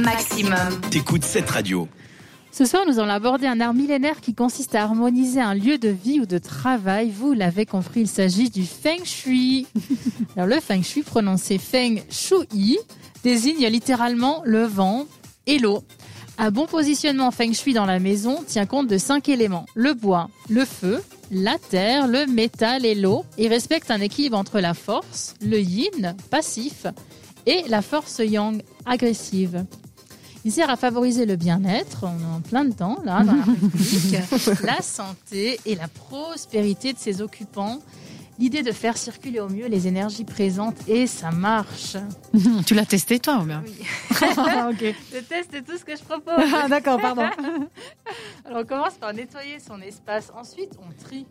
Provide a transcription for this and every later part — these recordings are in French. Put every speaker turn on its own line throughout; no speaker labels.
maximum.
T'écoutes cette radio.
Ce soir, nous allons aborder un art millénaire qui consiste à harmoniser un lieu de vie ou de travail. Vous l'avez compris, il s'agit du Feng Shui. Alors, le Feng Shui, prononcé Feng Shui, désigne littéralement le vent et l'eau. Un bon positionnement Feng Shui dans la maison tient compte de cinq éléments. Le bois, le feu, la terre, le métal et l'eau. Et respecte un équilibre entre la force, le yin, passif, et la force yang, agressive. Il sert à favoriser le bien-être, on est en plein dedans, là, dans la République, la santé et la prospérité de ses occupants. L'idée de faire circuler au mieux les énergies présentes et ça marche.
Tu l'as testé toi ou bien Ah, ok.
Le test est tout ce que je propose.
Ah, D'accord, pardon.
Alors, on commence par nettoyer son espace. Ensuite, on trie.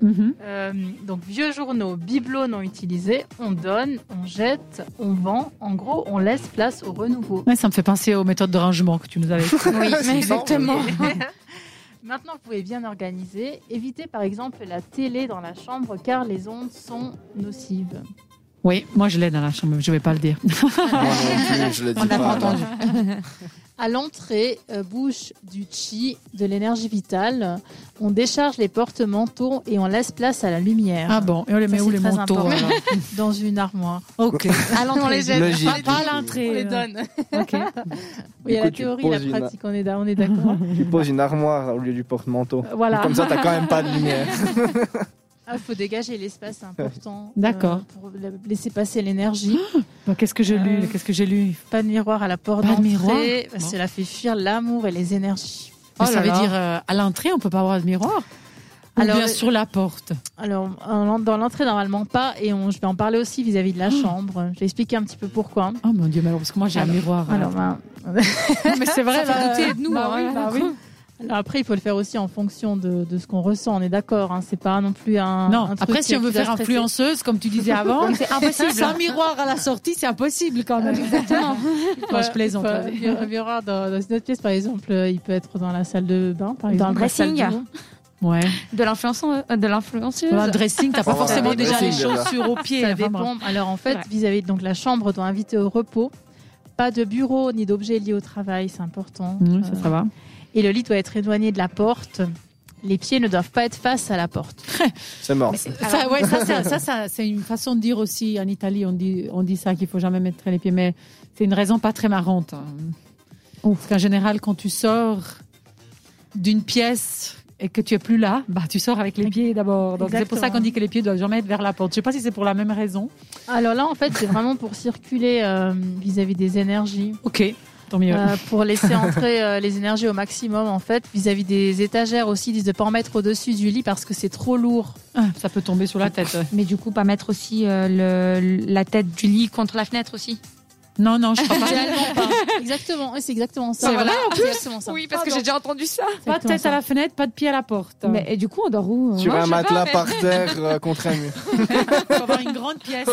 Mhm.
Euh, donc, vieux journaux, bibelots non utilisés, on donne, on jette, on vend. En gros, on laisse place au renouveau.
Ouais, ça me fait penser aux méthodes de rangement que tu nous avais.
Oui,
Exactement. Maintenant, vous pouvez bien organiser. Évitez par exemple la télé dans la chambre car les ondes sont nocives.
Oui, moi je l'ai dans la chambre, je vais pas le dire.
Moi non plus, je le dis
On n'a
pas.
pas entendu.
À l'entrée, euh, bouche du chi, de l'énergie vitale, on décharge les porte-manteaux et on laisse place à la lumière.
Ah bon, et on les
Ça,
met où
c'est
les
très
manteaux
important.
alors
bah.
Dans une armoire.
Ok.
À l'entrée.
On les jette.
Logique.
Pas, pas à
On les
l'entrée. euh,
donne.
Ok.
Oui, il y a
coup,
la
tu
théorie, la
poses une-
pratique, on est d'a- on est d'accord.
Tu poses une armoire au lieu du porte-manteau.
Euh,
Ah.
voilà.
Comme ça, t'as quand même pas de lumière.
Ah,
Il faut dégager l'espace, c'est important.
D'accord.
euh, pour la- laisser passer l'énergie.
Bon, Qu'est-ce que j'ai
Euh,
lu Qu'est-ce que j'ai lu
Pas de miroir à la porte
Pas de
d'entrée.
miroir.
parce que
Bon.
Cela fait fuir l'amour et les énergies. Oh
Mais Ça
là
veut
là.
dire euh, à l'entrée, on peut pas avoir de miroir.
Alors,
Alors bien
euh,
sur la porte.
Alors, en- dans l'entrée, normalement pas. Et on, je vais en parler aussi vis-à-vis de la chambre. Je vais expliquer un petit peu pourquoi.
Oh mon dieu, mais alors parce que moi j'ai un
Alors,
miroir. euh.
Alors, ben,
Non, mais c'est vrai.
Ça fait
là,
douter de nous,
bah
hein,
oui,
voilà.
bah oui.
alors après, il faut le faire aussi en fonction de, de ce qu'on ressent. On est d'accord. Hein, c'est pas non plus un.
Non,
un truc
après si
qui-
on veut
qui doit
faire
stresser.
influenceuse, comme tu disais avant, c'est impossible. Sans miroir à la sortie, c'est impossible quand même. Exactement.
Ouais,
je plaisante.
il faut- il faut- Un miroir dans, dans une autre pièce, par exemple, euh, il peut être dans la salle de bain, par
Dans
exemple,
le
la salle de
dressing.
bain.
Ouais.
De l'influenceuse De l'influenceuse
Dans un dressing, t'as pas
Ouais,
forcément
ouais,
déjà les
dressing, déjà.
chaussures aux pieds.
Ça
enfin, bref.
dépend. Alors en fait,
Ouais.
vis-à-vis donc la chambre doit inviter au repos. Pas de bureau ni d'objets liés au travail, c'est important.
Mmh,
Euh,
ça, ça va.
Et le lit doit être éloigné de la porte. Les pieds ne doivent pas être face à la porte.
C'est mort.
Ça, ouais, ça, c'est- ça, ça, c'est une façon de dire aussi. En Italie, on dit, on dit ça qu'il faut jamais mettre les pieds, mais c'est une raison pas très marrante. hein. Parce qu'en général, quand tu sors d'une pièce et que tu es plus là, bah, tu sors avec les pieds d'abord. Donc c'est pour ça
Exactement.
qu'on dit que les pieds doivent jamais être vers la porte. Je sais pas si c'est pour la même raison.
Alors là, en fait, c'est vraiment pour circuler euh, vis-à-vis des énergies,
Ok, tant mieux.
euh, pour laisser entrer euh, les énergies au maximum, en fait, vis-à-vis des étagères aussi, ils disent de pas en mettre au-dessus du lit parce que c'est trop lourd.
Ah, Ça peut tomber sur la tête. ouais.
Mais du coup, pas mettre aussi euh, le- la tête du lit contre la fenêtre aussi.
Non, non, je crois pas.
Idéalement pas. Exactement, oui, Ah, c'est exactement ça.
C'est vrai,
en plus. Exactement ça. Ah,
parce que j'ai déjà entendu ça.
Pas de tête à la fenêtre, pas de pied à la porte.
Mais et du coup, on dort où
Sur
Moi,
un
je sais pas,
matelas
mais-
par terre euh, contre un mur.
Faut avoir une grande pièce.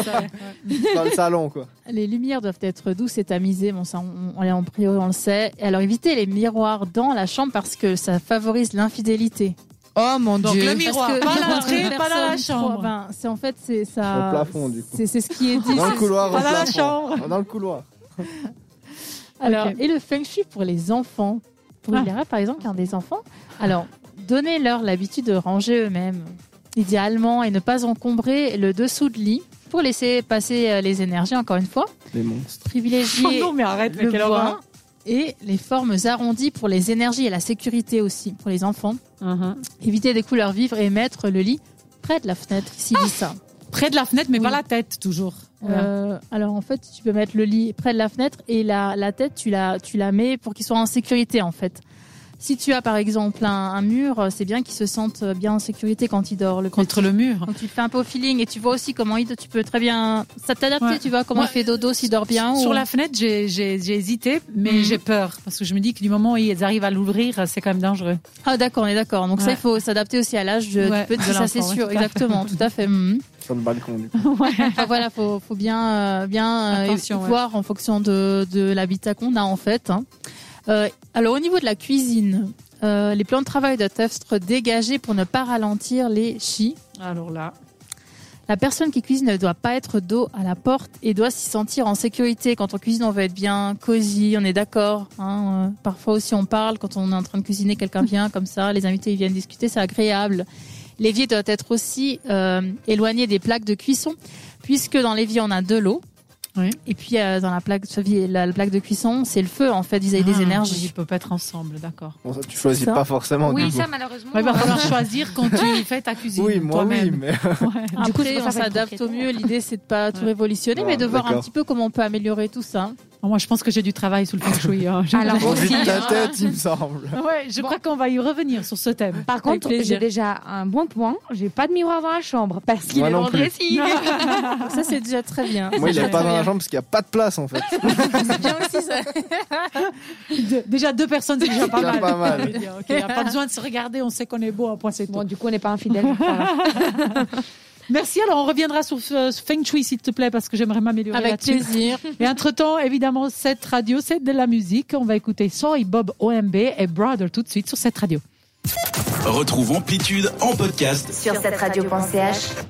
Dans le salon, quoi.
Les lumières doivent être douces et tamisées, bon ça on, on, est en priori, on le sait. Et alors évitez les miroirs dans la chambre parce que ça favorise l'infidélité.
Oh mon
Donc,
dieu.
le miroir,
Parce que-
pas à
Parce
l'entrée,
que
pas dans la
personne
chambre.
croit-
Ben, c'est en fait c'est ça.
Au plafond, du coup.
Ah, C'est c'est ce qui est dit.
Dans le
c'est-
couloir, au
Pas dans la
plafond.
chambre.
Dans le couloir.
Alors,
Ok.
et le feng shui pour les enfants. Pour
Ah.
Ilara, par exemple, qui a des enfants. Alors, donnez-leur l'habitude de ranger eux-mêmes, idéalement, et ne pas encombrer le dessous de lit pour laisser passer euh, les énergies, encore une fois.
Les monstres.
Privilégier
mais arrête,
le bois et les formes arrondies pour les énergies et la sécurité aussi pour les enfants.
Uh-huh.
Éviter des couleurs vives et mettre le lit près de la fenêtre, ici dit ça.
Près de la fenêtre, mais
Oui.
pas la tête, toujours.
Euh, alors en fait, tu peux mettre le lit près de la fenêtre et la, la tête, tu la, tu la mets pour qu'il soit en sécurité en fait. Si tu as par exemple un, un mur, euh, c'est bien qu'il se sente euh, bien en sécurité quand il dort. Le
Contre le mur.
quand tu le fais un peu au feeling et tu vois aussi comment il, tu peux très bien, ça t'adapter,
Ouais.
tu vois comment
Ouais.
il fait dodo, s'il dort bien.
Sur
ou-
la fenêtre, j'ai- j'ai j'ai hésité, mais
Mhm.
j'ai peur. Parce que je me dis que du moment où ils arrivent à l'ouvrir, c'est quand même dangereux.
Ah d'accord, on est d'accord. Donc ça,
Ouais.
il faut s'adapter aussi à l'âge euh, de-
Ouais,
du petit,
de
ça c'est
l'enfant, ouais,
sûr.
tout à fait.
Exactement, tout à fait. Mhm.
Sur le balcon, du coup.
Enfin, voilà, faut, faut bien, euh, bien euh,
Attention, ouais.
voir en fonction de, de l'habitat qu'on a en fait. hein. Euh, alors au niveau de la cuisine, euh, les plans de travail doivent être dégagés pour ne pas ralentir les chi.
Alors là.
La personne qui cuisine ne doit pas être dos à la porte et doit s'y sentir en sécurité. Quand on cuisine, on veut être bien cosy, on est d'accord. hein, euh, parfois aussi, on parle quand on est en train de cuisiner, quelqu'un vient comme ça, les invités ils viennent discuter, c'est agréable. L'évier doit être aussi euh, éloigné des plaques de cuisson, puisque dans l'évier, on a de l'eau.
Oui.
Et puis euh, dans la plaque, la, la plaque de cuisson, c'est le feu en fait vis-à-vis
Ah,
des énergies.
Ah, Ils peuvent être ensemble, d'accord. Ah.
Bon, ça, tu choisis
Ça.
pas forcément.
Oui,
du coup.
ça, malheureusement.
Il va
euh,
falloir choisir quand tu fais ta cuisine.
Oui, moi oui,
toi-même.
mais
Ouais.
Du coup,
coup, c'est pour
on
ça qu'il faut
s'adapte au
traiter.
mieux. L'idée, c'est de pas tout
Ouais.
révolutionner,
Non,
mais de voir un
d'accord.
petit peu comment on peut améliorer tout ça.
Moi, je pense que j'ai du travail sous le feng shui. hein. Je-
Alors,
au vu
aussi,
de ta
hein.
tête, il me semble.
Ouais, je crois qu'on va y revenir sur ce thème.
Par contre,
plaisir.
j'ai déjà un bon point. J'ai pas de miroir dans la chambre parce qu'il
Moi
est
non
en
plus.
dressing.
Donc ça, c'est déjà très bien.
Moi, il
Ça,
est
c'est
pas
très
dans la
bien.
jambe parce qu'il n'y a pas de place en fait.
C'est bien aussi, ça.
Deux- déjà deux personnes, c'est déjà pas
Déjà
mal.
pas mal.
Je veux dire, ok, Il n'y a pas besoin de se regarder, on sait qu'on est beau, un point c'est
Bon,
tout.
du coup, on n'est pas infidèle.
Merci, alors on reviendra sur ce ce Feng Shui, s'il te plaît, parce que j'aimerais m'améliorer
Avec
là-dessus.
plaisir.
Et entre-temps, évidemment, cette radio, c'est de la musique. On va écouter Soy Bob OMB et Brother tout de suite sur cette radio.
Retrouve Amplitude en podcast
sur cette radio.ch